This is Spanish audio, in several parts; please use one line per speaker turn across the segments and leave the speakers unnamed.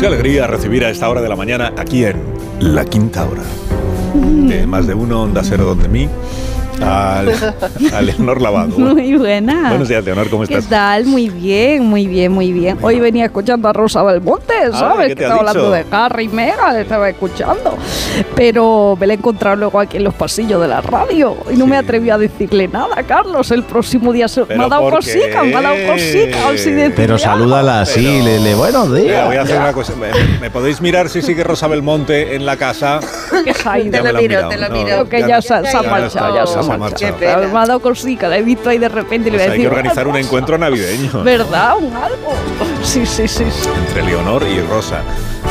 Qué alegría recibir a esta hora de la mañana aquí en La Quinta Hora. De más de uno, Onda Cero, donde mí. A,
Pues,
a Leonor Lavado.
Muy buena.
Buenos días, Leonor, ¿cómo
¿Qué
estás?
tal? Muy bien, muy bien, muy bien. Hoy venía escuchando a Rosa Belmonte, ¿sabes?
¿qué
que
te ha
estaba hablando de
dicho?
Harry y Meghan, estaba escuchando. Pero me la he encontrado luego aquí en los pasillos de la radio y no me
Sí.
atreví a decirle nada, Carlos. El próximo día se... me
¿Pero
ha dado
por
cosica, me ha dado
qué?
cosica. así de
Pero
decirle,
salúdala así,
Pero-
le, le buenos
Mira,
días.
voy a hacer una cosa. ¿Me, me podéis mirar si sigue Rosa Belmonte en la casa?
"Ah, que se ha ido".
Ya
Te
me
lo
la han
miro,
mirado.
te lo
No,
miro.
Creo que ya se, se ha
ya
marchado,
está,
ya se ha
se ha marchado.
marchado.
Qué pena.
Me ha dado cosica, la he visto ahí de repente y
Pues
le voy a
hay que
decir.
organizar un
"Rosa,
encuentro navideño
¿Verdad? Un algo. Sí, sí, sí. sí.
entre Leonor y Rosa.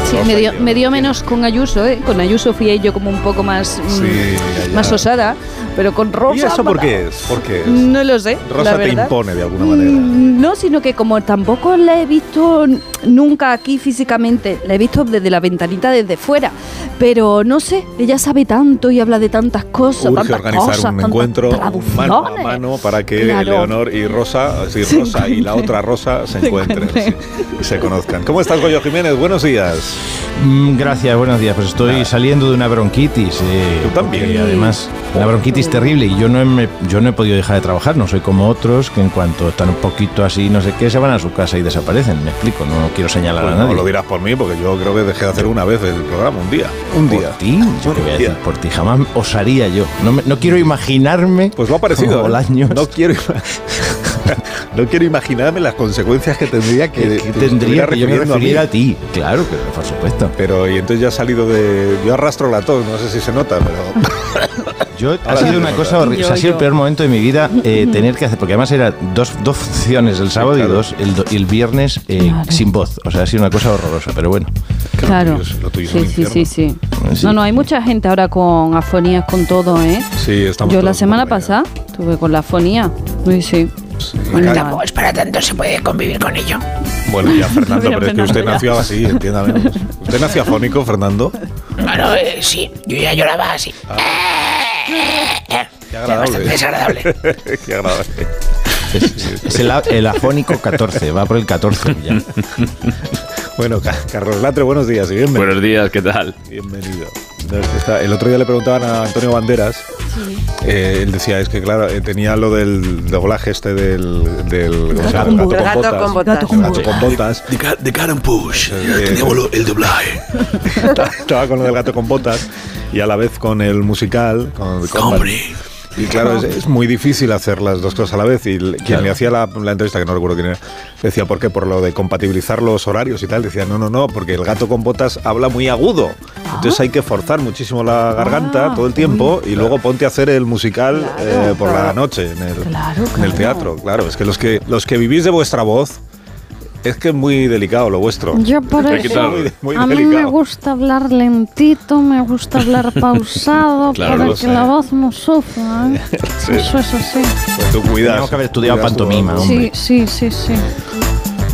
Sí,
Rosa
me
y
dio,
Leonor.
me dio menos con Ayuso, ¿eh? Con Ayuso fui ahí yo como un poco más, mm,
Sí, ya, ya.
más osada, pero con Rosa...
¿Y eso por qué
porque
es? ¿Por qué es?
No lo sé, la
Rosa te
verdad.
impone de alguna manera.
Mm, No, sino que como tampoco la he visto n- nunca aquí físicamente, la he visto desde la ventanita, desde fuera, pero no sé, ella sabe tanto y habla de tantas cosas,
Urge
tantas
organizar
cosas,
un
tantas
encuentro un mano a
traducciones.
mano para que
Claro.
Leonor y Rosa, es decir, Rosa y la otra Rosa se encuentren sí, y se conozcan. ¿Cómo estás, Goyo Jiménez? Buenos días.
Mm, gracias, buenos días. Pues estoy saliendo de una bronquitis. eh,
Tú también.
porque Además, una bronquitis terrible y yo no, he, me- yo no he podido dejar de trabajar. No soy como otros que en cuanto están un poquito así, no sé qué, se van a su casa y desaparecen. Me explico, no quiero señalar
Pues
a
no
nadie.
lo dirás por mí, porque yo creo que dejé de hacer una vez el programa, un día. Un
por
día.
ti, yo qué voy a decir por ti. Jamás osaría yo. No, me- no quiero imaginarme.
Pues lo ha parecido.
como
¿eh?
Bolaños.
No quiero, ima- no quiero imaginarme las consecuencias que tendría que,
que,
que
que
estuviera
tendría que yo me
refiriendo a mí.
refiriera a ti. Claro, que por supuesto.
Pero y entonces ya ha salido de. Yo arrastro la tos, no sé si se nota, pero.
Yo,
Ahora
ha sido
sí,
una
¿verdad?
cosa horrible.
Yo,
Ha sido el
yo.
peor momento de mi vida eh, tener que hacer, porque además eran dos, dos funciones el sábado
claro.
y dos el, do- y el viernes eh,
Claro.
sin voz. O sea, ha sido una cosa horrorosa, pero bueno.
Lo
Claro.
tuyo es- lo tuyo es un
Sí, sí, sí,
infierno.
sí.
Sí.
No, no, hay mucha gente ahora con afonías, con todo, ¿eh?
Sí, estamos
Yo
todos
la
un
semana
poco
pasada estuve con la afonía. Uy, sí.
Bueno,
Bueno,
Pues para tanto se puede convivir con ello.
Bueno, ya, Fernando, pero es que usted
Fernando,
nació así, entiéndame. ¿Usted nació afónico, Fernando?
Bueno, eh, sí, yo ya lloraba así.
Ah.
Eh,
Qué
Ya, bastante
agradable.
desagradable.
Qué agradable.
Es, es el, a- el afónico 14, va por el 14 ya.
Bueno, Ca- Carlos Latre, buenos días y bienvenido.
Buenos días, ¿qué tal?
Bienvenido. No, es que está- El otro día le preguntaban a Antonio Banderas. eh, él decía, es que claro, eh, tenía lo del doblaje este del. del ¿cómo se llama?
con
El
botas. Gato con botas.
El Gato con botas.
De, ca- de cara en push.
Eh,
Teníamos lo- el doblaje.
Estaba con lo del gato con botas y a la vez con el musical. Con, con-
Hombre.
Y claro, es, es muy difícil hacer las dos cosas a la vez. Y l- quien
Claro.
le hacía la, la entrevista, que no recuerdo quién era, decía, ¿por qué? Por lo de compatibilizar los horarios y tal. Decía, no, no, no, porque el gato con botas habla muy agudo.
Ah.
Entonces hay que forzar muchísimo la garganta todo el tiempo y luego ponte a hacer el musical eh, por la noche en el,
Claro,
en el
claro.
teatro. Claro, es que los, que los que vivís de vuestra voz, es que es muy delicado lo vuestro.
Yo por
Hay que
eso.
quitarlo.
Muy- muy
a mí me
delicado.
gusta hablar lentito, me gusta hablar pausado
Claro,
para
lo
que
sé.
la voz no sufra. ¿eh?
Sí.
Eso es así.
Pues tú cuidas.
Teníamos que haber estudiado
cuidas tu
pantomima,
voz.
Hombre.
Sí, sí, sí, sí.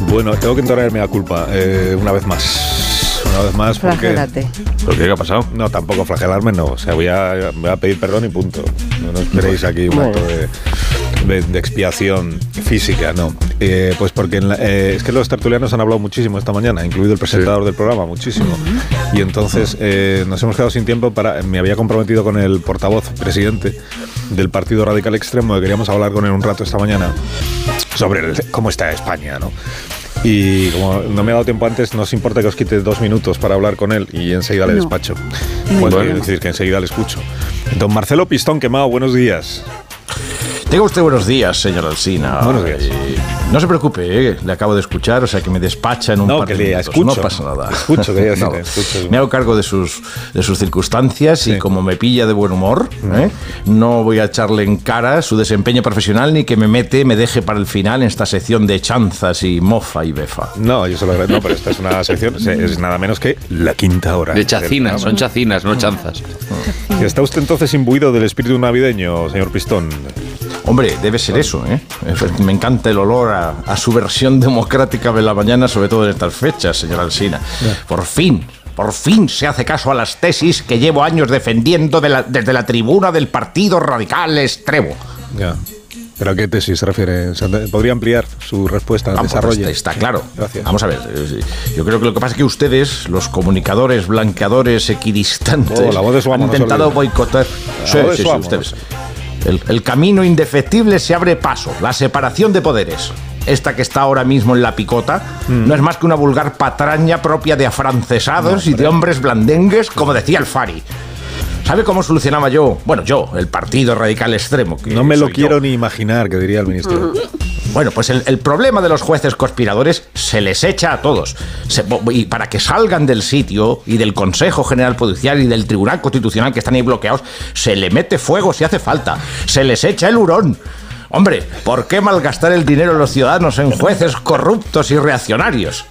Bueno, tengo que entornarme la culpa eh, una vez más. Una vez más, porque.
Flagélate.
¿Pero qué ha pasado?
No, tampoco flagelarme, no. O sea, voy a, voy a pedir perdón y punto. No, no esperéis aquí un acto de, de- de expiación física, no. Eh, pues porque en la- eh, es que los tertulianos han hablado muchísimo esta mañana, incluido el presentador del programa, muchísimo. Y entonces eh, nos hemos quedado sin tiempo para. Me había comprometido con el portavoz, presidente del Partido Radical Extremo, que queríamos hablar con él un rato esta mañana sobre el- cómo está España, ¿no? Y como no me ha dado tiempo antes, no os importa que os quite dos minutos para hablar con él y enseguida le
No.
despacho. Bueno,
problema.
quiero decir que enseguida le escucho. Don Marcelo Pistón Quemado, buenos días.
Tenga usted buenos días, señor Alsina.
Buenos días.
Eh, no se preocupe, eh, le acabo de escuchar, o sea que me despacha en un
No,
par
que
de
le
minutos.
escucho.
No pasa nada.
Escucho, quería decir,
No.
escucho.
Me hago cargo de sus, de sus circunstancias y como me pilla de buen humor, ¿eh? no voy a echarle en cara su desempeño profesional ni que me mete, me deje para el final en esta sección de chanzas y mofa y befa.
No, yo se lo agradezco, no, pero esta es una sección, es- es nada menos que la quinta hora.
De
del
chacinas, son
programa.
chacinas, no chanzas.
Está usted entonces imbuido del espíritu navideño, señor Pistón.
Mm. Hombre, debe ser eso, ¿eh? Me encanta el olor a, a su versión democrática de la mañana, sobre todo en estas fechas, señora Alsina. Por fin, por fin se hace caso a las tesis que llevo años defendiendo de la- desde la tribuna del Partido Radical Extremo.
¿Pero a qué tesis se refiere? Santa- ¿Podría ampliar su respuesta?
Ah, pues
desarrolle.
Está, está claro.
Gracias.
Vamos a ver. eh, Yo creo que lo que pasa es que ustedes, los comunicadores, blanqueadores, equidistantes,
Oh, la voz de su amo,
han
no se
intentado
olvide.
boicotear.
La
Sí,
voz de
sí,
su
sí,
amo,
ustedes. El, el camino indefectible se abre paso, la separación de poderes. Esta que está ahora mismo en la picota
Mm.
no es más que una vulgar patraña propia de afrancesados y de hombres blandengues, como decía el Fari. ¿Sabe cómo solucionaba yo? Bueno, yo, el Partido Radical Extremo. que
No me lo
soy yo.
quiero ni imaginar, que diría el ministro.
Bueno, pues el, el problema de los jueces conspiradores se les echa a todos. Se- bo- y para que salgan del sitio y del Consejo General Judicial y del Tribunal Constitucional que están ahí bloqueados, se le mete fuego si hace falta. Se les echa el hurón. Hombre, ¿por qué malgastar el dinero de los ciudadanos en jueces corruptos y reaccionarios?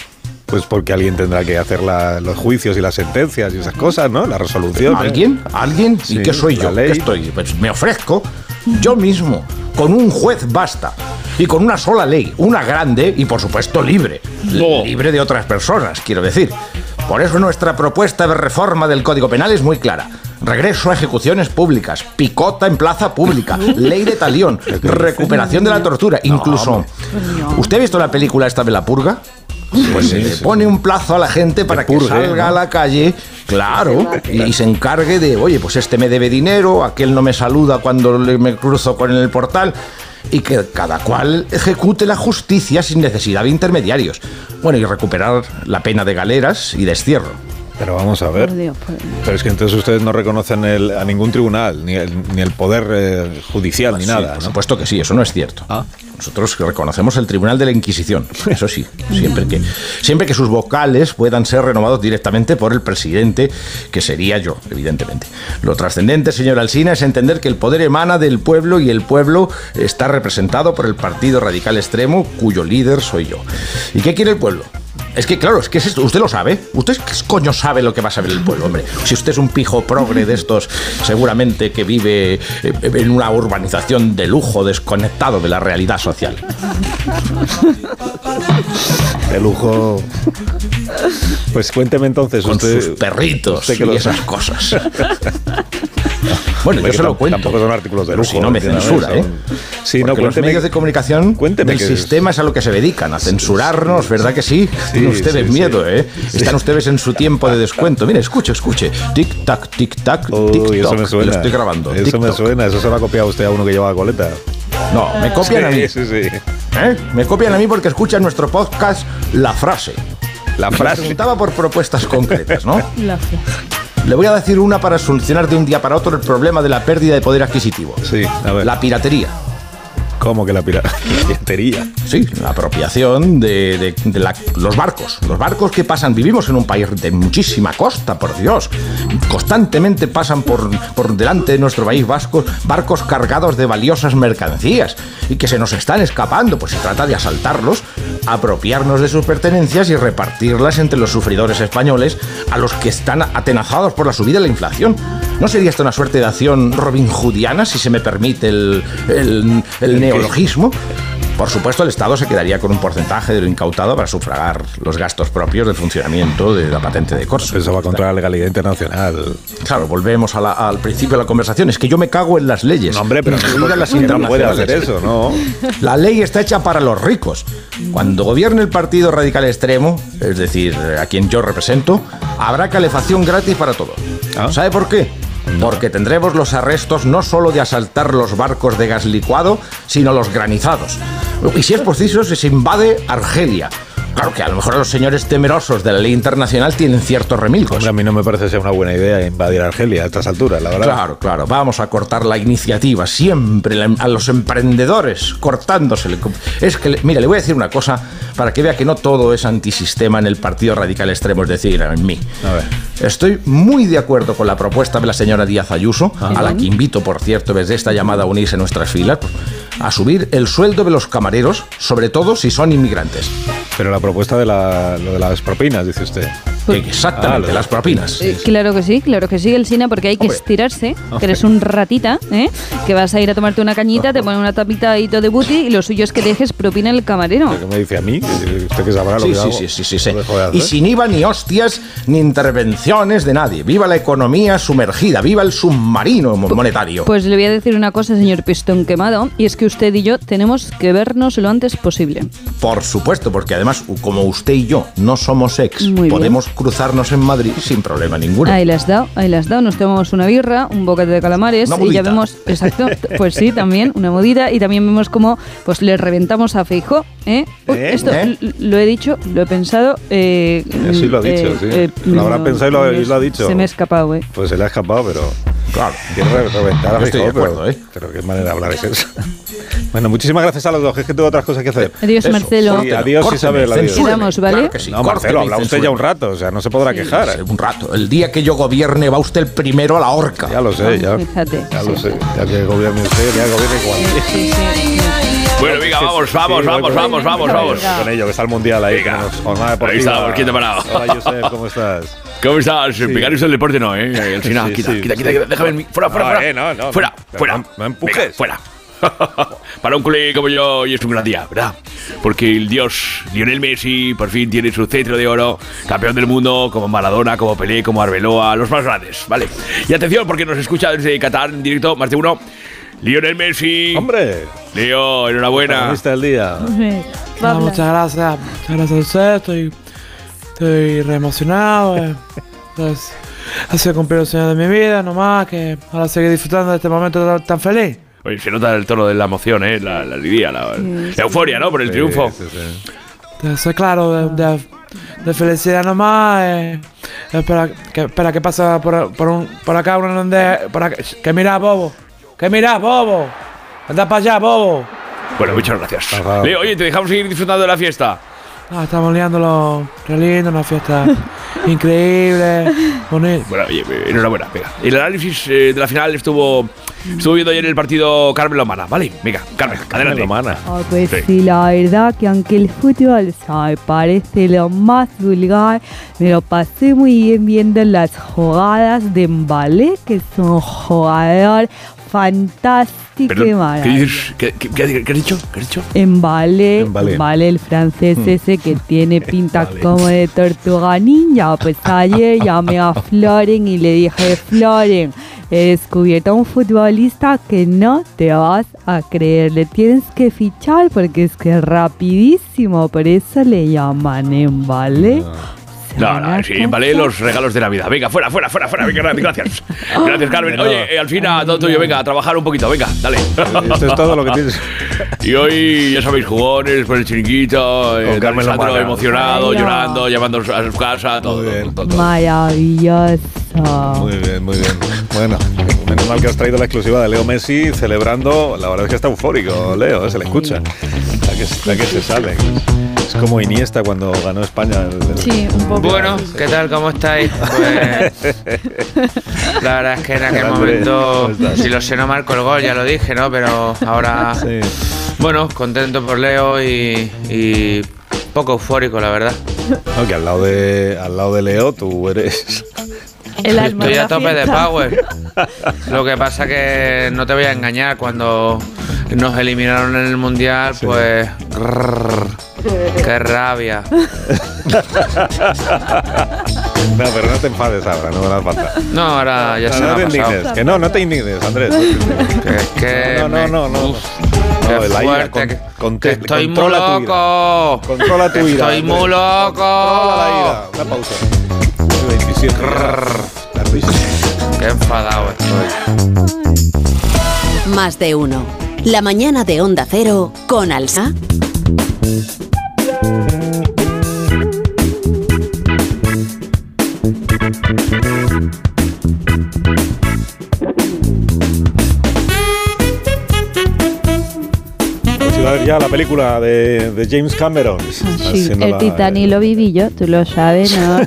Pues porque alguien tendrá que hacer la- los juicios y las sentencias y esas cosas, ¿no? La resolución. ¿eh?
¿Alguien? ¿Alguien?
Sí,
¿Y qué soy
la
yo?
ley.
¿Qué estoy? Pues me ofrezco yo mismo. Con un juez basta. Y con una sola ley, una grande y por supuesto libre. L- Libre de otras personas, quiero decir. Por eso nuestra propuesta de reforma del Código Penal es muy clara. Regreso a ejecuciones públicas, picota en plaza pública, ley de talión, recuperación de la tortura, incluso... ¿Usted ha visto la película esta de la purga? Pues se le pone un plazo a la gente para que
purgue,
salga
¿no?
a la calle, claro, y se encargue de, oye, pues este me debe dinero, aquel no me saluda cuando le- me cruzo con el portal, y que cada cual ejecute la justicia sin necesidad de intermediarios. Bueno, y recuperar la pena de galeras y destierro.
Pero vamos a
Por
ver.
Dios, por Dios.
Pero es que entonces ustedes no reconocen el- a ningún tribunal, ni el, ni el poder eh, judicial, ni
Sí,
nada.
por
¿no? Ah,
supuesto que sí, eso no es cierto. Nosotros reconocemos el Tribunal de la Inquisición, eso sí, siempre que, siempre que sus vocales puedan ser renovados directamente por el presidente, que sería yo, evidentemente. Lo trascendente, señor Alsina, es entender que el poder emana del pueblo y el pueblo está representado por el Partido Radical Extremo, cuyo líder soy yo. ¿Y qué quiere el pueblo? Es que, claro, es que es esto. Usted lo sabe. Usted qué coño sabe lo que va a saber el pueblo, hombre. Si usted es un pijo progre de estos, seguramente que vive eh, en una urbanización de lujo, desconectado de la realidad social.
De lujo. Pues cuénteme entonces.
Con
usted,
sus perritos
usted que
y
lo
esas
sabe.
cosas. bueno,
Hombre,
yo
que
se lo
tam-
cuento.
Tampoco son artículos de
Pero
lujo.
si no me
entiéndame,
censura,
son-
¿eh?
Sí, no,
Porque los
cuénteme-
medios de comunicación
cuénteme
del
que-
sistema es a lo que se dedican, a censurarnos, ¿verdad que sí? Tienen ustedes
sí, sí.
miedo, ¿eh? Están ustedes en su tiempo de descuento. Mire, escuche, escuche. Tic-tac, tic-tac, tic-tac.
Uy, eso me suena.
Lo estoy grabando.
Eso me
tic-toc.
suena. Eso se lo ha copiado usted a uno que llevaba coleta.
No, me copian a mí.
Sí, sí, sí.
¿eh? Me copian a mí porque escuchan nuestro podcast La Frase.
La
Me
frase.
preguntaba por propuestas concretas, ¿no?
La fe.
Le voy a decir una para solucionar de un día para otro el problema de la pérdida de poder adquisitivo.
Sí, a ver.
La piratería.
¿Cómo que la pira- piratería?
Sí, la apropiación de, de- de la- los barcos. Los barcos que pasan, vivimos en un país de muchísima costa, por Dios. Constantemente pasan por, por delante de nuestro país vasco barcos cargados de valiosas mercancías y que se nos están escapando, pues se trata de asaltarlos, apropiarnos de sus pertenencias y repartirlas entre los sufridores españoles a los que están atenazados por la subida de la inflación. ¿No sería esta una suerte de acción Robin Hoodiana, si se me permite el, el- el neologismo? Por supuesto, el Estado se quedaría con un porcentaje de lo incautado para sufragar los gastos propios del funcionamiento de la patente de corso.
Eso va contra la legalidad internacional.
Claro, volvemos a la- al principio de la conversación. Es que yo me cago en las leyes.
No, hombre, pero
incluidas las
que no puede
internacionales.
hacer eso, ¿no?
La ley está hecha para los ricos. Cuando gobierne el Partido Radical Extremo, es decir, a quien yo represento, habrá calefacción gratis para todos.
Ah.
¿Sabe por qué? Porque tendremos los arrestos no solo de asaltar los barcos de gas licuado, sino los granizados. Y si es preciso, se se invade Argelia. Claro que a lo mejor los señores temerosos de la ley internacional tienen ciertos remilgos.
Hombre, a mí no me parece sea una buena idea invadir Argelia a estas alturas, la verdad.
Claro, claro. Vamos a cortar la iniciativa siempre la- em- a los emprendedores, cortándosele. Es que, le- mira, le voy a decir una cosa para que vea que no todo es antisistema en el Partido Radical Extremo, es decir, en mí.
A ver.
Estoy muy de acuerdo con la propuesta de la señora Díaz Ayuso, a la que invito, por cierto, desde esta llamada a unirse a nuestras filas, a subir el sueldo de los camareros, sobre todo si son inmigrantes.
Pero la propuesta de, la, lo de las propinas, dice usted.
Pues- Exactamente,
Ah, lo-
las propinas.
Eh, Claro que sí, claro que sí, el cine, porque hay que
Hombre.
estirarse,
Hombre.
que eres un ratita, ¿eh? que vas a ir a tomarte una cañita, te ponen una tapita ahí todo de booty y lo suyo es que dejes propina en el camarero.
¿Qué me dice a mí? Usted que sabrá lo
Sí,
que
sí,
hago.
sí, sí, sí, sí.
Lo dejo de hacer.
Y sin IVA ni hostias ni intervenciones de nadie. Viva la economía sumergida, viva el submarino mo- monetario.
Pues le voy a decir una cosa, señor Pistón Quemado, y es que usted y yo tenemos que vernos lo antes posible.
Por supuesto, porque además, u- como usted y yo no somos ex,
Muy bien.
podemos cruzarnos en Madrid sin problema ninguno.
Ahí las has dado, ahí las has dado. Nos tomamos una birra, un bocate de calamares
Una
y ya
mudita.
vemos, exacto, pues sí, también una modita y también vemos cómo pues le reventamos a Feijó. ¿eh? Uy,
¿Eh?
Esto
¿Eh?
l- lo he dicho, lo he pensado. Eh,
Sí, lo ha dicho, sí. Lo habrá pensado y lo ha- y lo ha dicho.
Se me ha escapado, eh.
Pues se le ha escapado, pero.
Claro.
Quiero re- reventar a
Yo estoy
Feijóo,
de acuerdo,
pero,
¿eh?
pero qué manera de hablar es esa. Bueno, muchísimas gracias a los dos, que es que tengo otras cosas que hacer.
Adiós,
Eso,
Marcelo.
sí, adiós,
córteme,
Isabel, adiós.
censúreme.
Quedamos, ¿vale?
Claro que sí,
no,
córteme
Marcelo,
y
habla usted ya un
censúreme.
rato, o sea, no se podrá quejar. ¿eh?
Sí, Un rato. El día que yo gobierne va usted el primero a la horca.
Ya lo sé, ya.
Fíjate,
ya lo
sí.
sé. Ya que gobierne usted, ya gobierne cualquiera.
Sí, sí.
Bueno, venga, vamos, vamos,
Sí, voy
vamos,
con-
vamos, vamos, vamos.
Con ello, que está el mundial ahí.
Venga.
tenemos jornada
Ahí
deportiva.
estamos, quieto parado.
Hola, Josep, ¿cómo estás?
¿Cómo estás? Picarios del deporte no, ¿eh? El final,
Sí,
quita,
sí,
quita,
sí.
quita, quita, déjame en mí. Fuera, fuera,
No,
fuera.
eh, no, no,
fuera,
no,
fuera.
no, no empujes.
Venga, fuera. Para un culé como yo, hoy es un gran día, ¿verdad? Porque el dios Lionel Messi por fin tiene su cetro de oro, campeón del mundo, como Maradona, como Pelé, como Arbeloa, los más grandes, ¿vale? Y atención, porque nos escucha desde Qatar en directo, más de uno. Lionel Messi.
Hombre,
Leo, enhorabuena.
protagonista del día.
No, muchas gracias, muchas gracias a usted, estoy, estoy re emocionado. eh. Entonces, ha sido cumplir los sueños de mi vida, nomás, que ahora seguir disfrutando de este momento tan, tan feliz.
Oye, se nota el tono de la emoción, ¿eh? La, la alegría, la, la euforia, ¿no? Por el triunfo.
Sí, sí, sí.
Entonces, claro, de, de- de felicidad nomás. eh. Espera que, espera que pasa por, por, un- por acá una donde. Por acá. sh, Que mira, bobo. Que mira, bobo. Anda para allá, bobo.
Bueno, muchas gracias.
Ajá.
Leo, oye, te dejamos seguir disfrutando de la fiesta.
Ah, estamos liándolo re lindo, una fiesta increíble, bonita.
Bueno, oye, eh, enhorabuena, venga. El análisis eh, de la final estuvo. Estuvo viendo ayer el partido Carmen Lomana, ¿vale? Venga, Carmen, adelante.
Romana.
Ah, pues
Sí.
sí, la verdad que aunque el fútbol se parece lo más vulgar, me lo pasé muy bien viendo las jugadas de Mbalé, que es un jugador fantástico y
Perdón, ¿qué,
maravilloso.
dices? ¿Qué, qué- qué- qué has dicho? ¿Qué has dicho?
Em, Embalé,
Mbalé.
Mbalé, el francés
Hmm.
ese que tiene pinta como de tortuga ninja. Pues ayer llamé a Floren y le dije, Floren, he descubierto a un futbolista que no te vas a creer. Le tienes que fichar porque es que es rapidísimo. Por eso le llaman Embalé.
Ah,
Se
No,
van a
no, sí, vale,
casar.
los regalos de Navidad. Venga, fuera, fuera, fuera, fuera. Venga, gracias. Gracias, Carmen. Oye, eh, al fin, a todo tuyo, venga, a trabajar un poquito, venga, dale.
Esto es todo lo que tienes.
Y hoy, ya sabéis, jugones por el chiringuito, eh,
Con Carmen
Alessandro
Lomana.
emocionado,
Ay, no.
llorando, llamando a su casa, todo.
Muy bien.
todo, todo, todo.
Maravilloso.
Muy bien, muy bien. Bueno, menos mal que has traído la exclusiva de Leo Messi celebrando. La verdad es que está eufórico, Leo, eh, se le escucha. La que, la que se sale. Es como Iniesta cuando ganó España. el-
Sí, un poco.
Bueno, ¿qué tal? ¿Cómo estáis? Pues, la verdad es que en aquel
Hola, Andrés, ¿cómo
momento,
estás?
si lo sé, no marco el gol, ya lo dije, ¿no? Pero ahora,
Sí.
bueno, contento por Leo y, y poco eufórico, la verdad.
No, que al lado, de, al lado de Leo tú eres.
El alma
Estoy
de
a
la
tope de
fiesta.
power. Lo que pasa que no te voy a engañar, cuando nos eliminaron en el Mundial, pues... grrr, ¡Qué rabia!
No, pero no te enfades ahora, no me da falta.
No, ahora ya se me
no,
ha
no te
pasado.
indignes, que no, no te indignes, Andrés.
Que es que
No, no,
me-
no, no.
Uf,
No,
qué
el aire,
fuerte,
con-
que-
con-
que estoy muy
controla tu
loco.
Controla tu
Que
ira.
Estoy
Andrés.
muy
Controla la
loco.
ira. Una pausa. 27. La risa.
Qué enfadado estoy.
Más de uno. La mañana de Onda Cero con Alsa.
Pues iba a ver ya la película de, de James Cameron.
Sí,
Haciendo
el
la-
Titanic lo viví yo, tú lo sabes, ¿no?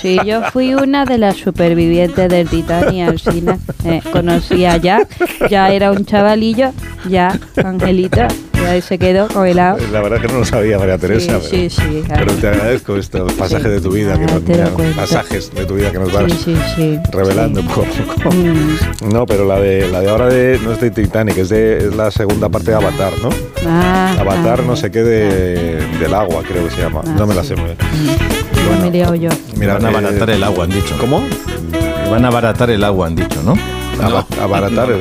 Sí, yo fui una de las supervivientes del Titanic al cine. Eh, conocí a Jack, ya era un chavalillo, ya, Angelita, Y ahí se quedó congelado.
La verdad que no lo sabía María Teresa,
Sí,
pero,
sí, sí.
pero te agradezco este pasaje de tu vida, que
Ah,
nos-
te lo
mira,
cuento.
pasajes de tu vida que nos vas
Sí, sí, sí. Mm.
revelando poco a poco. No, pero la de la de ahora de, no es de Titanic, es de es la segunda parte de Avatar, ¿no?
Ah,
Avatar no sé qué de, del agua, creo que se llama. No me la sé muy bien.
no me leo yo.
Mira,
van a
eh,
abaratar el agua, han dicho.
¿Cómo?
Van a abaratar el agua, han dicho, ¿no?
Aba- Abaratar el...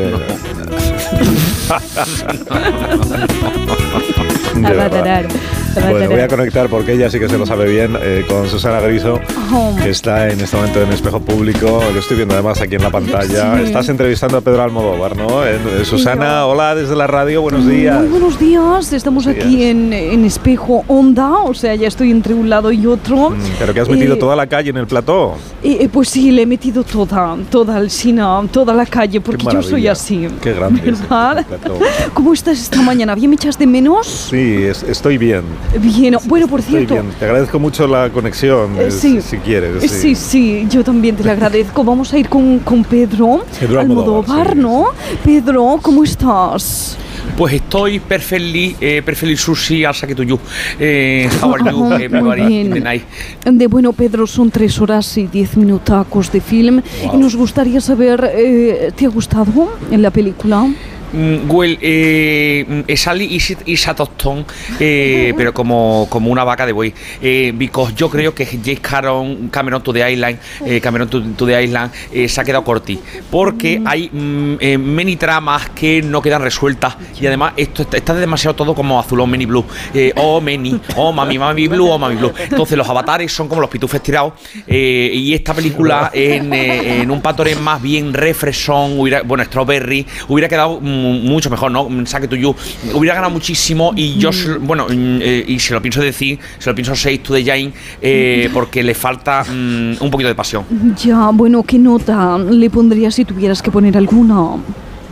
De verdad.
Avatarar.
Bueno, voy a
Avatarar.
conectar porque ella sí que se lo sabe bien eh, con Susana Griso,
Oh.
que está en este momento en espejo público. Lo estoy viendo además aquí en la pantalla.
Sí.
Estás entrevistando a Pedro Almodóvar, ¿no? Eh, eh, Susana, hola desde la radio, buenos días.
Muy buenos días, estamos
Buenos
aquí en, en Espejo Onda, o sea, ya estoy entre un lado y otro.
Mm, Pero que has metido
Eh,
toda la calle en el plató.
Eh, eh, pues sí, le he metido toda, toda el cine, toda la calle, porque yo soy
maravilla.
así.
Qué grande es este
¿Verdad?
plató.
¿Cómo estás esta mañana? ¿Bien me echas de menos?
Sí, es- estoy bien.
Bien, bueno, por
Estoy
cierto,
bien. Te agradezco mucho la conexión,
Eh,
eh,
sí.
si, si quieres.
Eh, Sí, sí, yo también te lo agradezco. Vamos a ir con, con Pedro,
Pedro Almodóvar,
Almodóvar,
sí.
¿no? Pedro, ¿cómo estás?
Pues estoy perfeliz, eh, perfeliz sushi al saque tuyo. Eh, how are you?
Ajá,
Eh,
muy
everybody
bien.
in the night.
De bueno, Pedro, son tres horas y diez minutacos de film y nos gustaría saber, eh, ¿te ha gustado en la película?
Mm, Well, eh, mm, eh, Sally is, it- is a tostón, eh, pero como, como una vaca de buey. Eh, because yo creo que James Cameron, Cameron to the Island, eh, Cameron to, to the Island, eh, se ha quedado corti. Porque hay mm, eh, many tramas que no quedan resueltas. Y además, esto está, está demasiado todo como azulón, many blue. Eh, oh, many, oh, mami, mami blue, oh, mami blue. Entonces, los avatares son como los pitufes tirados. eh, y esta película en, eh, en un patorén más bien refresón, hubiera, bueno, Strawberry, hubiera quedado mu- mucho mejor, ¿no? Mm, Saque to you. Hubiera ganado muchísimo y yo, se lo- bueno, mm, eh, y se lo pienso decir, se lo pienso 6 to the Jane, eh, porque le falta mm, un poquito de pasión.
Ya, bueno, ¿qué nota le pondrías si tuvieras que poner alguna?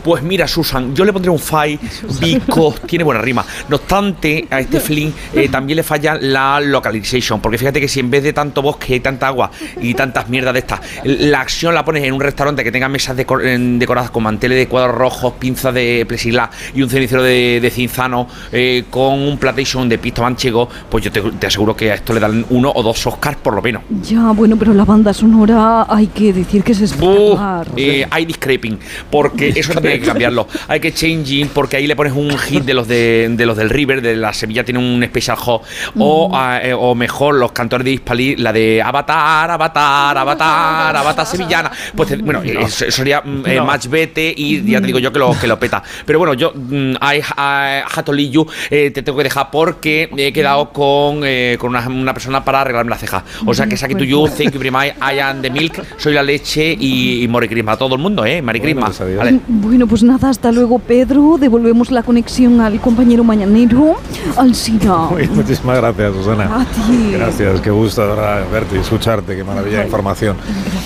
Pues mira, Susan, yo le pondré un file because tiene buena rima. No obstante, a este film eh, también le falla la localization, porque fíjate que si en vez de tanto bosque y tanta agua y tantas mierdas de estas, la acción la pones en un restaurante que tenga mesas decor- en- decoradas con manteles de cuadros rojos, pinzas de plexiglás y un cenicero de, de cinzano eh, con un platation de pisto manchego, pues yo te, te aseguro que a esto le dan uno o dos Oscars por lo menos.
Ya, bueno, pero la banda sonora hay que decir que es
Uh,
espectacular.
eh, hay discreping, porque eso también hay que cambiarlo. Hay que changing, porque ahí le pones un hit de los de, de los del River, de la Sevilla tiene un special hot. O, ah, eh, o mejor, los cantores de Hispali, la de Avatar, Avatar, Avatar, Avatar Sevillana. Pues te- bueno, eh, eso sería mm, eh,
No.
match vete y ya te digo yo que lo, que lo peta. Pero bueno, yo mm, I, I- Hatoliyu, eh, te tengo que dejar porque me he quedado con, eh, con una, una persona para arreglarme la ceja. O sea que Saki to you, thank you very much, I am the milk, soy la leche y, y More Crisma. A todo el mundo, ¿eh? Mare Crisma. Vale.
Bueno, pues nada, hasta luego, Pedro. Devolvemos la conexión al compañero mañanero, al Sina.
Muy bien, muchísimas gracias, Susana.
A ti.
Gracias, qué gusto de verdad, verte y escucharte, qué maravilla de información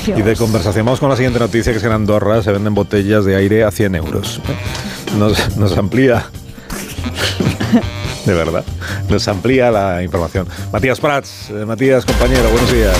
y de conversación. Vamos con la siguiente noticia, que es que en Andorra se venden botellas de aire a 100 euros. Nos, nos amplía, de verdad, nos amplía la información. Matías Prats, eh, Matías, compañero, buenos días.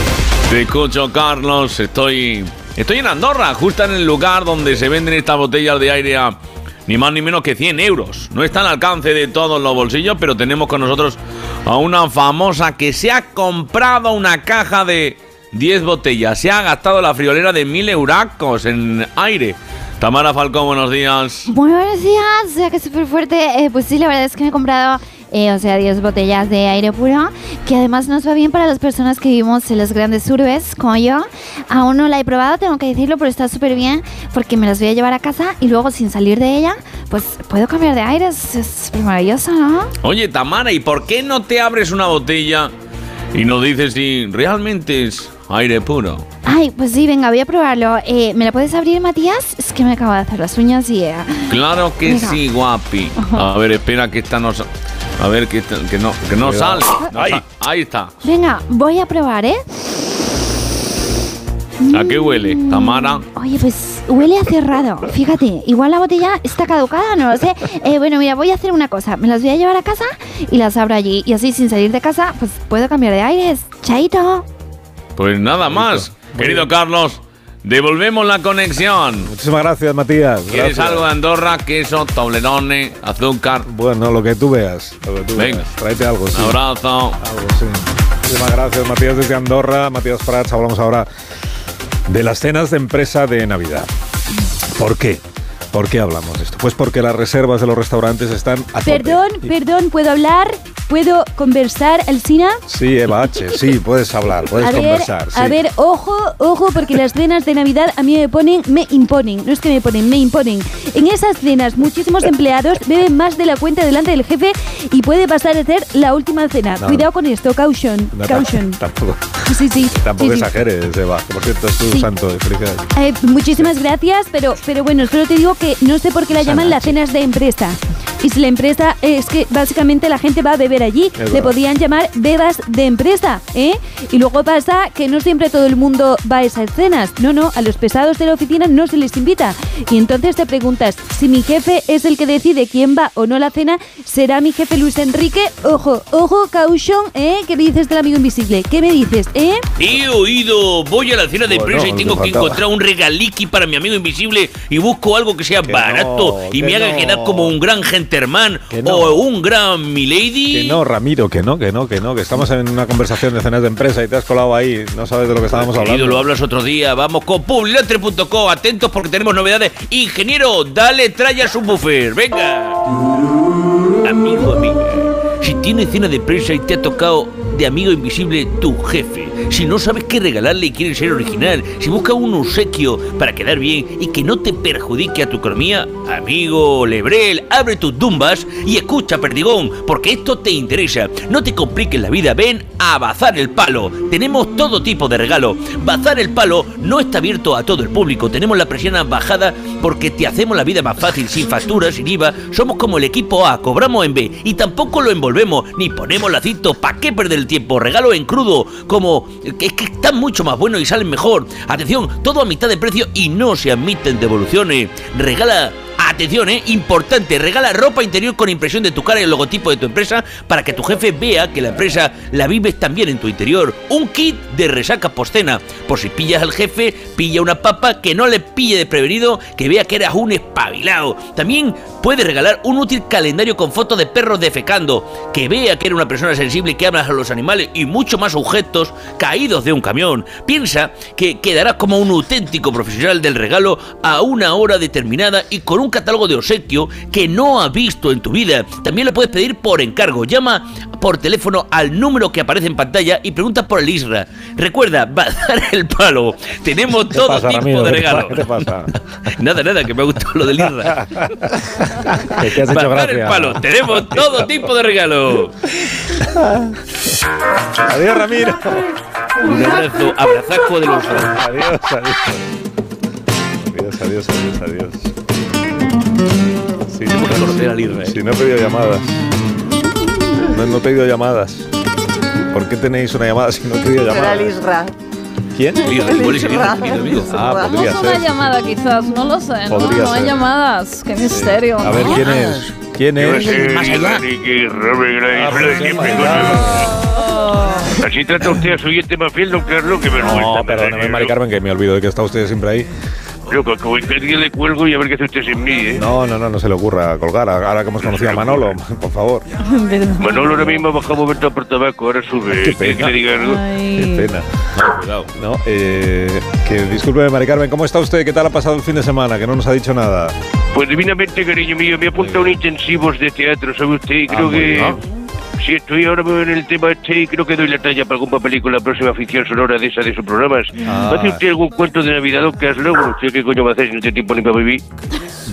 Te escucho, Carlos. Estoy. Estoy en Andorra, justo en el lugar donde se venden estas botellas de aire a ni más ni menos que 100 euros. No está al alcance de todos los bolsillos, pero tenemos con nosotros a una famosa que se ha comprado una caja de 10 botellas. Se ha gastado la friolera de 1000 euracos en aire. Tamara Falcón, buenos días.
Muy buenos días, o sea que súper fuerte. Eh, pues sí, la verdad es que me he comprado, eh, o sea, 10 botellas de aire puro, que además nos va bien para las personas que vivimos en las grandes urbes, como yo. Aún no la he probado, tengo que decirlo, pero está súper bien porque me las voy a llevar a casa y luego sin salir de ella, pues puedo cambiar de aire, es es súper maravilloso, ¿no?
Oye, Tamara, ¿y por qué no te abres una botella y nos dices si realmente es aire puro?
Ay, pues sí, venga, voy a probarlo. Eh, ¿Me la puedes abrir, Matías? Es que me acabo de hacer las uñas y... eh,
Claro que
Venga.
sí, guapi. A ver, espera que esta no sa- A ver que, esta- que no que no
Cuidado.
sale. No sa- ahí está.
Venga, voy a probar, ¿eh?
¿A qué huele, Tamara?
Oye, pues huele a cerrado. Fíjate, igual la botella está caducada, no lo sé. Eh, bueno, mira, voy a hacer una cosa. Me las voy a llevar a casa y las abro allí. Y así, sin salir de casa, pues puedo cambiar de aires. Chaito.
Pues nada más. Querido Carlos, Devolvemos la conexión.
Muchísimas gracias, Matías.
¿Quieres
Gracias.
algo de Andorra, queso, toblerone, azúcar?
Bueno, lo que tú veas. Lo que tú
Venga.
veas. Tráete algo, sí.
Un abrazo.
Algo, sí. Muchísimas gracias, Matías desde Andorra. Matías Prats, hablamos ahora de las cenas de empresa de Navidad. ¿Por qué? ¿Por qué hablamos de esto? Pues porque las reservas de los restaurantes están a tope.
Perdón, perdón, ¿puedo hablar? ¿Puedo conversar, Alcina?
Sí, Eva H, sí, puedes hablar, puedes
a ver,
conversar. sí.
a ver, ojo, ojo, porque las cenas de Navidad a mí me ponen, me imponen, no es que me ponen, me imponen. En esas cenas, muchísimos empleados beben más de la cuenta delante del jefe y puede pasar a ser la última cena.
No.
Cuidado con esto, caution,
No, tam-
caution.
Tampoco,
Sí, sí.
tampoco
sí, sí.
exageres, Eva. Por cierto, es tu
Sí.
santo de fricas.
Eh, muchísimas gracias, pero, pero bueno, solo te digo que no sé por qué la llaman las cenas de empresa. Y si la empresa eh, es que básicamente la gente va a beber allí,
Es
le
verdad.
podían llamar bebas de empresa, ¿eh? Y luego pasa que no siempre todo el mundo va a esas cenas. No, no, a los pesados de la oficina no se les invita. Y entonces te preguntas, si mi jefe es el que decide quién va o no a la cena, ¿será mi jefe Luis Enrique? Ojo, ojo, caution, ¿eh? ¿Qué me dices del amigo invisible? ¿Qué me dices, eh?
He oído, voy a la cena de
Bueno,
empresa y
no
tengo
te
que
faltaba.
encontrar un regaliqui para mi amigo invisible y busco algo que sea barato y
que
me haga
no.
quedar como un gran genterman
no.
o un gran milady.
Que no, Ramiro, que no, que no, que no, que estamos en una conversación de cenas de empresa y te has colado ahí, no sabes de lo que estábamos
Querido,
hablando.
lo hablas otro día. Vamos con publilatre.co. Atentos porque tenemos novedades. Ingeniero, dale tralla a su buffer. Venga. Amigo, amiga. Si tienes cena de prensa y te ha tocado de amigo invisible tu jefe, si no sabes qué regalarle y quieres ser original, si buscas un obsequio para quedar bien y que no te perjudique a tu economía, amigo Lebrel, abre tus dumbas y escucha, perdigón, porque esto te interesa. No te compliques la vida, ven a Bazar el Palo. Tenemos todo tipo de regalo. Bazar el Palo no está abierto a todo el público. Tenemos la presión bajada porque te hacemos la vida más fácil, sin facturas, sin IVA. Somos como el equipo A, cobramos en B y tampoco lo envolvemos ni ponemos lacito. ¿Para qué perder el tiempo? Regalo en crudo, como es que están mucho más buenos y salen mejor. Atención, todo a mitad de precio y no se admiten devoluciones. Regala Atención, ¿eh? Importante, regala ropa interior con impresión de tu cara y el logotipo de tu empresa para que tu jefe vea que la empresa la vives también en tu interior. Un kit de resaca postcena. Por si pillas al jefe, pilla una papa que no le pille desprevenido, que vea que eras un espabilado. También puedes regalar un útil calendario con fotos de perros defecando, que vea que eres una persona sensible que amas a los animales y mucho más objetos caídos de un camión. Piensa que quedarás como un auténtico profesional del regalo a una hora determinada y con un catálogo de obsequio que no has visto en tu vida. También lo puedes pedir por encargo. Llama por teléfono al número que aparece en pantalla y pregunta por el ISRA. Recuerda, va a dar el palo. Tenemos todo
pasa,
tipo
Ramiro?
de
¿Qué te
regalos.
pa- qué te pasa?
Nada, nada, que me ha gustado lo del ISRA.
Que te has
Va a
hecho
dar el
gracia.
palo. Tenemos todo tipo de regalo.
Adiós, Ramiro.
Un abrazo, abrazaco de los
Adiós, adiós. Adiós, adiós, adiós, adiós. Sí, Si no he pedido llamadas. No, no he pedido llamadas. ¿Por qué tenéis una llamada si no he pedido
Será
llamadas?
el Isra.
¿Quién?
igual es el Isra, amigo.
Ah, podría
Vamos a una
ser.
llamada quizás, no lo sé. No,
Podría
no hay
ser.
llamadas. Qué misterio.
A ver,
¿no?
¿quién es? ¿Quién
Yo
es?
soy Enrique Robert Gray,
Ah,
Freddy Nieves, coño. Así trata usted a su oyente más fiel, don Carlos, que vergüenza.
No, perdóname, Mari Carmen, que me olvido de que está usted siempre ahí.
Yo con con cualquier día le cuelgo y a ver qué hace usted sin mí, ¿eh?
No, no, no, no se le ocurra colgar. Ahora que hemos conocido a Manolo, por favor.
Manolo ahora mismo ha bajado un momento por tabaco, ahora sube.
Qué
¿Quiere que
pena.
le diga algo?
Qué pena. No, cuidado. No, eh, que discúlpeme, Mari Carmen, ¿cómo está usted? ¿Qué tal ha pasado el fin de semana? Que no nos ha dicho nada.
Pues divinamente, cariño mío, me he apuntado a un intensivos de teatro, ¿sabe usted? Y creo
Ah, muy
que...
bien.
Sí, estoy ahora mismo en el tema este y creo que doy la talla para algún papelico en la próxima ficción sonora de esa de sus programas.
Ah.
¿Hace usted algún cuento de Navidad, don Carlos? Bueno, usted qué coño va a hacer si no tiene tiempo ni para vivir.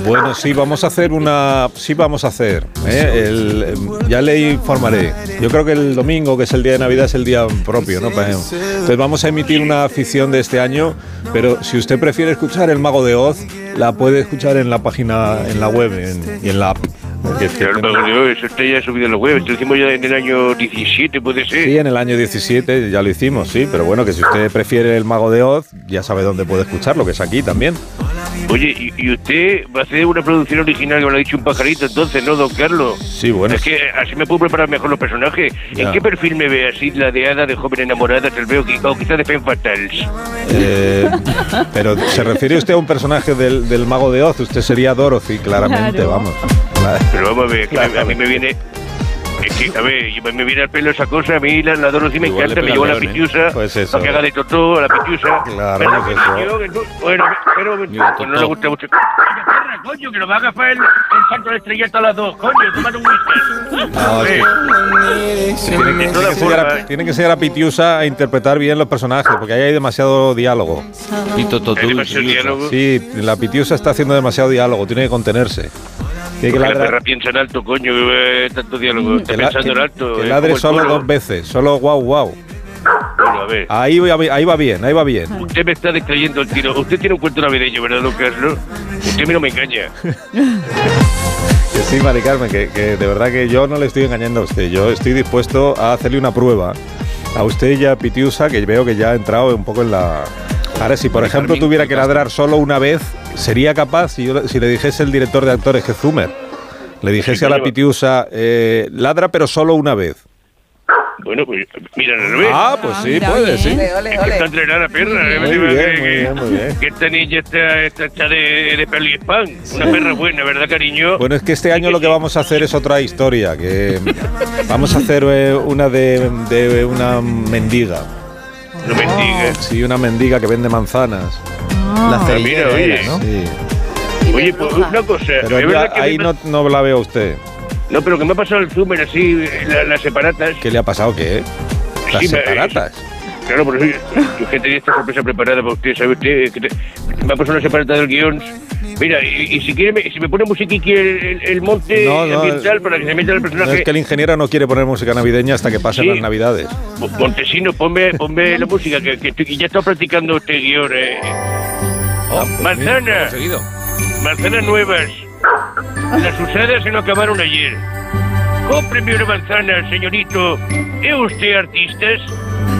Bueno, sí, vamos a hacer una. Sí, vamos a hacer. ¿eh? El- em, ya le informaré. Yo creo que el domingo, que es el día de Navidad, es el día propio, ¿no? Para- Entonces, vamos a emitir una afición de este año, pero si usted prefiere escuchar El Mago de Oz, la puede escuchar en la página, en la web en- y en la app. Porque es que-
Claro, Paco, yo, eso usted ya ha subido en los huevos, esto lo hicimos ya en el año 17, puede ser.
Sí, en el año 17 ya lo hicimos, sí, pero bueno, que si usted prefiere El Mago de Oz, ya sabe dónde puede escucharlo, que es aquí también.
Oye, y, y usted va a hacer una producción original que me lo ha dicho un pajarito, entonces, ¿no, don Carlos?
Sí, bueno.
Es que así me puedo preparar mejor los personajes.
Ya.
¿En qué perfil me ve así la de hada de joven enamorada, del veo que- o quizá de Pen Fatals?
Eh, pero se refiere usted a un personaje del, del mago de Oz. Usted sería Dorothy, claramente,
Claro.
vamos.
Pero vamos a ver, que a, a mí me viene... Es que, a ver, yo- me viene al pelo esa cosa, a mí la, la Dorothy me
Igual le
encanta, me
pega
llevo a la
al león, ¿eh?
pitiusa,
Pues eso.
para que haga de totó, a la pitiusa.
Claro,
¿Verdad
es
que no?
eso.
Yo, que no- Bueno, pero un momento,
Totó.
no le gusta mucho. Vaya perra, coño, que lo va a agafar el, el santo de estrelleta a las dos, coño, toman un whisky.
No, es que- Tiene que,
De
tiene que
todas
enseñar
formas,
a, tiene que enseñar a Pitiusa a interpretar bien los personajes, porque ahí hay demasiado diálogo. Sí, la Pitiusa está haciendo demasiado diálogo, tiene que contenerse. Tiene que
Porque la
ladrar-
perra piensa en alto, coño, que eh, tanto diálogo. Está
que la-
pensando en alto.
que
eh,
ladre
como el
solo
culo.
dos veces, solo guau guau.
Bueno, a ver.
Ahí, voy a- ahí va bien, ahí va bien.
Usted me está distrayendo el tiro. Usted tiene un cuento navideño, ¿verdad, don Carlos? Usted a mí no me engaña.
Que sí, Mari Carmen, que, que de verdad que yo no le estoy engañando a usted. Yo estoy dispuesto a hacerle una prueba a usted y a Pitiusa, que veo que ya ha entrado un poco en la. Ahora, si por ejemplo tuviera que ladrar solo una vez, sería capaz, si, yo, si le dijese el director de actores, que es Zumer, le dijese a la Pitiusa, eh, ladra pero solo una vez.
Bueno, pues mira al revés.
Ah, pues sí, Ah, mira, puede, bien. sí. Ole, ole,
Es que
ole.
está entrenada la perra. eh,
Muy
digo
bien,
que-
muy
que-
bien, muy bien.
Que esta niña está, está hecha de, de pelo y spam. Una perra buena, ¿verdad, cariño?
Bueno, es que este año lo que vamos a hacer es otra historia, que vamos a hacer eh, una de, de una mendiga.
Una mendiga.
Sí, una mendiga que vende manzanas.
La Ah, mira, cerillera, oye. ¿no?
Sí.
Oye, pues una cosa.
Pero
de
yo
verdad que
ahí
me-
no, no la veo a usted.
No, pero que me ha pasado el zoomer así, la- las separatas.
¿Qué le ha pasado? ¿Qué? Las
Sí, me-
separatas.
Claro, por eso yo, yo que tenía esta sorpresa preparada pues, para usted, ¿sabe usted? Que te- me ha pasado una separata del guión. Mira, y, y si quiere, me- si me pone música y quiere el, el monte
No, no,
ambiental para que se meta el
No,
personaje.
es que el ingeniero no quiere poner música navideña hasta que pasen
Sí.
las navidades.
Mo- Montesino, ponme, ponme la música, que, que estoy- que ya está practicando este guión. Eh.
Oh, pues
Manzana, manzanas nuevas. Las usadas se lo acabaron ayer. Cómpreme una manzana, señorito. ¿Es usted artista?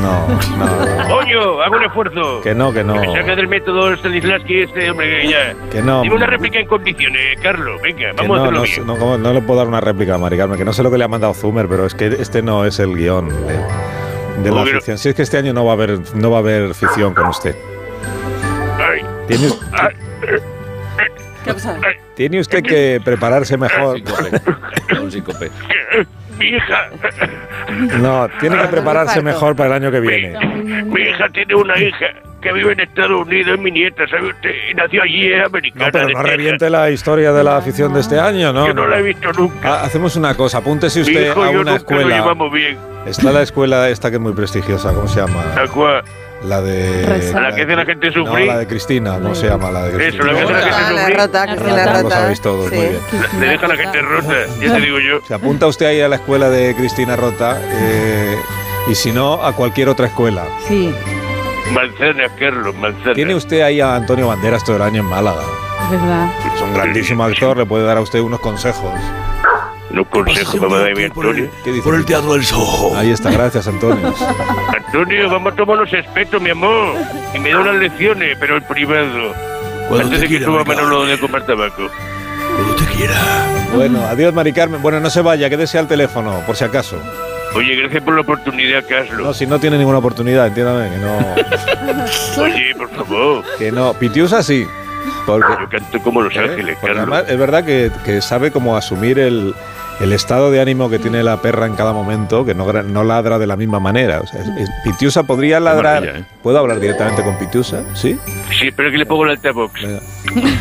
No, no.
Coño, hago un esfuerzo.
Que no, que no.
Me saca del método Stanislavski este hombre que ya.
Que no.
Dime una réplica en condiciones, Carlos. Venga,
Que
vamos a
no,
hacerlo
no,
bien.
sé- no, como- no le puedo dar una réplica a Mari Carmen, que no sé lo que le ha mandado Zumer, pero es que este no es el guión de, de la
Pero-
ficción. Si es que este año no va a haber, no va a haber ficción con usted.
Ay.
Tiene,
Ah,
tiene usted que prepararse mejor.
eh, Mi hija,
No, tiene que prepararse mejor para el año que viene.
mi hija tiene una hija que vive en Estados Unidos, es mi nieta, ¿sabe usted? Y nació allí, es americana.
No, pero
de
no
Texas.
reviente la historia de la afición de este año, ¿no?
Yo no la he visto nunca.
Ha- Hacemos una cosa, apúntese
Mi
usted
hijo
a
y yo
una
nunca nos
escuela.
llevamos bien.
Está la escuela esta que es muy prestigiosa, ¿cómo se llama?
¿A cuál?
La de...
A la que hace la gente
No,
sufrir.
la de Cristina, ¿cómo se llama? La de
Eso,
Cristina.
la que hace la gente sufrir.
Ya Lo sabéis todos, muy bien.
Le deja a la gente rota, ya te digo yo.
Se apunta usted ahí a la escuela de Cristina Rota eh, y si no, a cualquier otra escuela.
Sí.
Manzanas, Carlos, manzanas.
Tiene usted ahí a Antonio Banderas todo el año en Málaga.
¿Verdad?
Es un grandísimo actor, le puede dar a usted unos consejos.
No consejo, mamá de mi Antonio.
Por el Teatro del Soho. Ahí está, gracias Antonio.
Antonio, vamos a tomar los espetos, mi amor. Y me da unas lecciones, pero en privado.
Cuando
Antes de
te
que
quiera,
suba
venga.
Manolo de comprar tabaco.
Bueno, adiós Mari Carmen. Bueno, no se vaya, quédese al teléfono, por si acaso.
Oye, gracias por la oportunidad, Carlos.
No, si no tiene ninguna oportunidad, entiéndame, que no.
Oye, por favor.
Que no. Pitiusa sí. Porque,
Yo canto como
¿Eh?
Los Ángeles,
porque
Carlos.
además es verdad que, que sabe cómo asumir el, el estado de ánimo que tiene la perra en cada momento, que no, gra- no ladra de la misma manera. O sea, es- es- Pitiusa podría
maravilla,
ladrar. ¿Puedo hablar directamente con Pitiusa? ¿Sí?
Sí, espero que le pongo el altavox.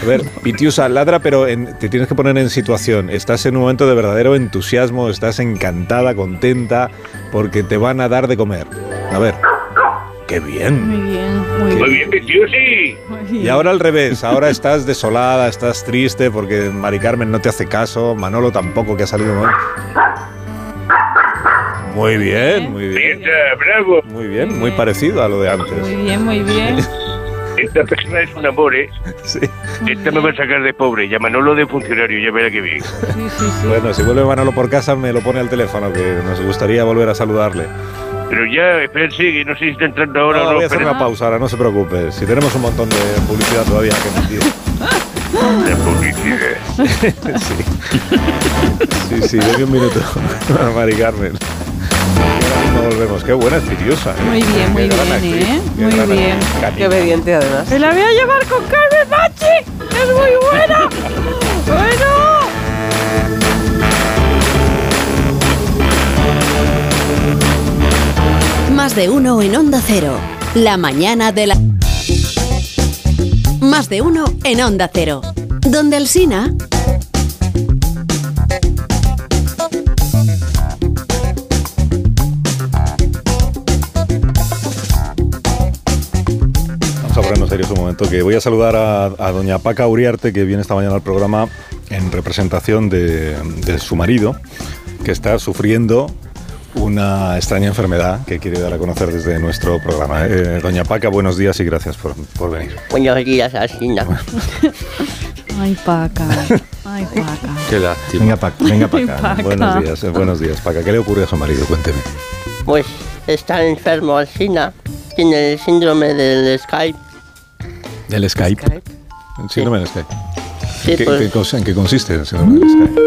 A ver, Pitiusa, ladra, pero en- te tienes que poner en situación. Estás en un momento de verdadero entusiasmo, estás encantada, contenta, porque te van a dar de comer. A ver. ¡Qué bien!
Muy bien,
Muy bien, Pitiusi.
Y ahora al revés, ahora estás desolada, estás triste porque Mari Carmen no te hace caso, Manolo tampoco que ha salido mal. Muy bien, muy bien.
bravo.
Muy bien, muy parecido a lo de antes.
bien, muy bien.
Esta persona es un amor, ¿eh?
Sí.
Esta me va a sacar de pobre. Ya Manolo de funcionario, ya verá qué bien.
Bueno, si vuelve Manolo por casa me lo pone al teléfono, que nos gustaría volver a saludarle.
Pero ya, espérense, que no sé si está entrando ahora
No,
o no.
voy a hacer
pero-
una pausa ahora, no se preocupe. Si tenemos un montón de publicidad todavía que emitir.
La policía.
Sí, sí, denme un minuto. Mari Carmen. No volvemos. Qué buena, es Ciriosa. ¿eh?
Muy bien, muy
Qué gran
bien,
actriz,
¿eh?
qué
Muy
gran
bien.
actriz.
Qué obediente, además.
Me la voy a llevar con Carmen Machi. Es muy buena. Bueno.
Más de uno en Onda Cero. La mañana de la... Más de uno en Onda Cero. Donde el Sina...
Vamos a ponernos serios un momento, que voy a saludar a, a doña Paca Uriarte, que viene esta mañana al programa en representación de, de su marido, que está sufriendo una extraña enfermedad que quiere dar a conocer desde nuestro programa. Eh, doña Paca, buenos días y gracias por, por venir.
Buenos días, Asina.
Ay, Paca. Ay, Paca.
Qué lástima. Venga, Paca. Venga, Paca.
Paca.
Buenos días, eh, buenos días, Paca. ¿Qué le ocurre a su marido? Cuénteme.
Pues está enfermo, Asina. Tiene el síndrome del Skype.
¿Del Skype? El síndrome del Skype.
Sí,
¿Qué-
pues-
qué cosa- ¿En qué consiste el síndrome del Skype?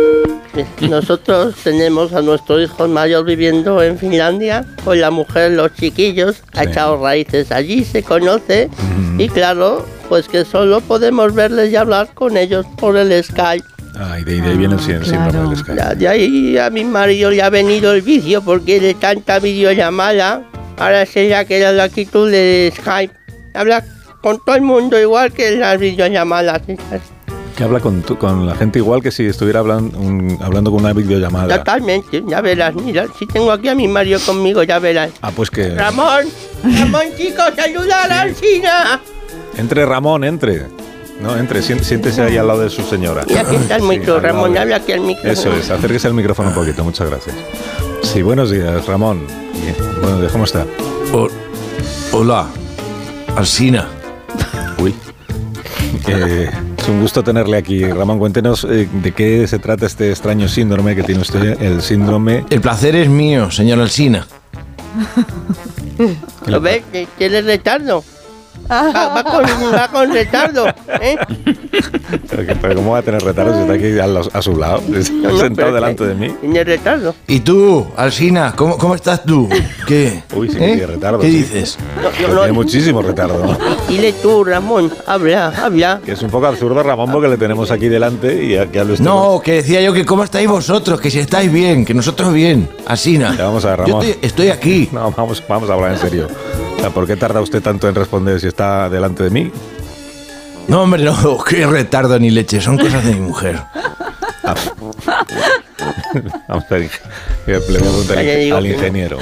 Nosotros tenemos a nuestro hijo mayor viviendo en Finlandia con la mujer, los chiquillos, ha echado raíces. Allí se conoce y claro, pues que solo podemos verles y hablar con ellos por el Skype.
Ay, de, de ahí viene el sí- el síndrome del Skype.
Ya- De ahí a mi marido le ha venido el vicio porque de tanta videollamada, ahora se le ha quedado la actitud de Skype. Habla con todo el mundo igual que en las videollamadas. esas.
Que habla con, tu- con la gente igual que si estuviera hablan- un- hablando con una videollamada.
Totalmente, ya verás, mira, si tengo aquí a mi marido conmigo, ya verás.
Ah, pues que.
Ramón, Ramón chicos, ayudar a Alcina.
Entre Ramón, entre. No, entre, sien- siéntese ahí al lado de su señora.
Y aquí está el
Sí,
micro,
al lado
Ramón,
de-
habla aquí al micro.
Eso es, acérquese al micrófono un poquito, muchas gracias. Sí, buenos días, Ramón. Bien, Buenos días, ¿cómo está?
Hola, Alsina.
Uy. Eh, es un gusto tenerle aquí. Ramón, cuéntenos eh, de qué se trata este extraño síndrome que tiene usted, el síndrome...
El placer es mío, señor Alsina.
¿Lo ves? Que Tiene retardo. Va, va con, va con retardo. ¿eh?
Pero, que- pero ¿cómo va a tener retardo si está aquí a, los- a su lado?
No, no,
sentado
pero-
delante de mí.
Tiene retardo.
¿Y tú, Alsina? ¿Cómo, cómo estás tú? ¿Qué? ¿Eh?
Uy, sí que tiene retardo,
¿Qué
sí.
dices?
No, no, no.
Tiene muchísimo retardo.
Dile tú, Ramón, habla, habla.
Que es un poco absurdo, Ramón, porque le tenemos aquí delante y aquí habla usted.
No, que decía yo que cómo estáis vosotros, que si estáis bien, que nosotros bien, Alsina.
Vamos a ver,
Yo
Ramón.
estoy, estoy aquí.
No, vamos, vamos a hablar en serio. O sea, ¿Por qué tarda usted tanto en responder si está delante de mí?
No, hombre, no, qué retardo ni leche, son cosas de mi mujer.
Ah, Vamos a ver, le voy a preguntar
Ya
al,
digo que no.
ingeniero.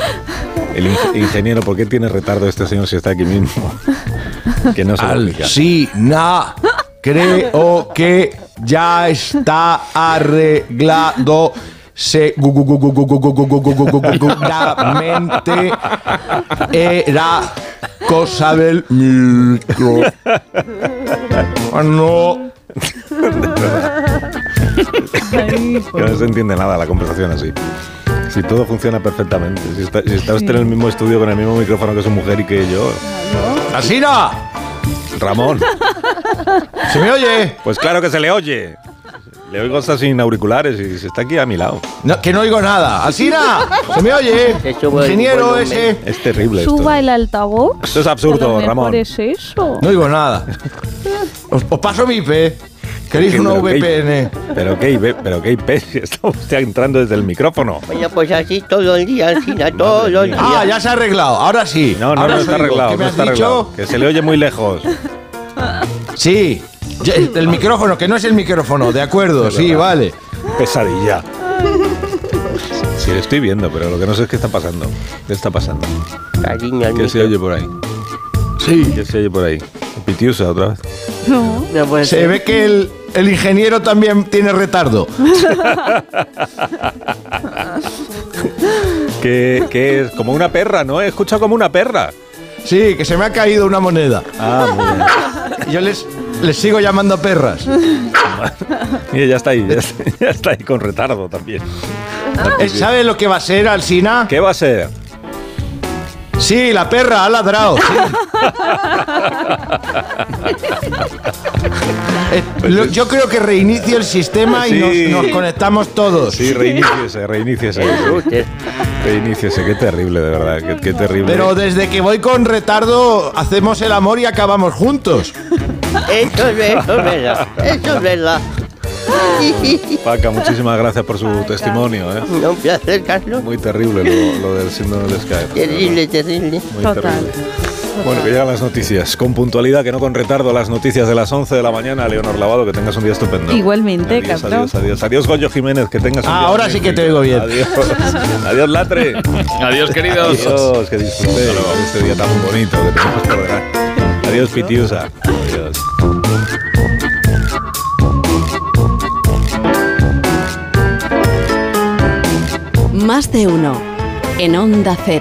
El inge- ingeniero, ¿por qué tiene retardo este señor si está aquí mismo? Que no se lo explica.
Alsina, creo que ya está arreglado seguramente era cosa del micro. No.
Que no se entiende nada la conversación así. Si todo funciona perfectamente, si está, si está usted en el mismo estudio con el mismo micrófono que su mujer y que yo.
¡Asina!
Ramón.
¿Se me oye?
Pues claro que se le oye. Le oigo hasta sin auriculares y se está aquí a mi lado.
No, que no oigo nada. ¡Alsina! ¿Se me oye? Ingeniero ese.
Es terrible esto.
Suba el altavoz.
Esto es
A lo
absurdo,
mejor
Ramón.
es eso.
No digo nada. Os, os paso mi IP. ¿Queréis una
Pero qué-
VPN?
Pero qué IP, pero qué IP, si está usted entrando desde el micrófono.
Bueno, pues así todo el día, Alcina, todo el día.
Ah, ya se ha arreglado. Ahora sí.
No, no,
Ahora
no
os
está
oigo.
arreglado,
¿Qué me
no
has
está
dicho?
arreglado. Que se le oye muy lejos.
Sí. Ya, El el micrófono, que no es el micrófono, de acuerdo,
Es
sí,
verdad.
vale.
Pesadilla. Sí, lo estoy viendo, pero lo que no sé es qué está pasando. ¿Qué está pasando? ¿Qué se oye por ahí?
Sí.
¿Qué se oye por ahí? Pitiusa otra vez.
No. puede
Se
ser.
ve que el, el ingeniero también tiene retardo.
que, que es como una perra, ¿no? He escuchado como una perra.
Sí, que se me ha caído una moneda.
Ah, muy bien.
Yo les, les sigo llamando perras.
Mira, ya está ahí, ya está, ya está ahí con retardo también.
Eh, ¿Sabe lo que va a ser, Alsina?
¿Qué va a ser?
Sí, la perra ha ladrado. sí. Eh, lo- yo creo que reinicie el sistema y
Sí.
nos, nos conectamos todos.
Sí, reiníciese, reiníciese. Reiníciese, qué terrible, de verdad, qué, qué terrible.
Pero desde que voy con retardo, hacemos el amor y acabamos juntos.
Eso es ver- eso es verdad. Eso es verdad.
Paca, muchísimas gracias por su testimonio. ¿eh?
Un placer, Carlos.
Muy terrible lo, lo del síndrome de Skype.
Terrible, terrible.
Muy terrible. Bueno, que llegan las noticias. Con puntualidad, que no con retardo, las noticias de las 11 de la mañana. Leonor Lavado, que tengas un día estupendo.
Igualmente,
Adiós,
cabrón.
adiós, adiós. Adiós, Goyo Jiménez, que tengas un
Ah,
día
ahora sí que te
magnífico.
oigo bien.
Adiós. Adiós, Latre.
Adiós, queridos.
Adiós, que disfrutéis de este día tan bonito que tenemos por delante. Adiós, Pitiusa. Adiós.
Más de uno en Onda Cero.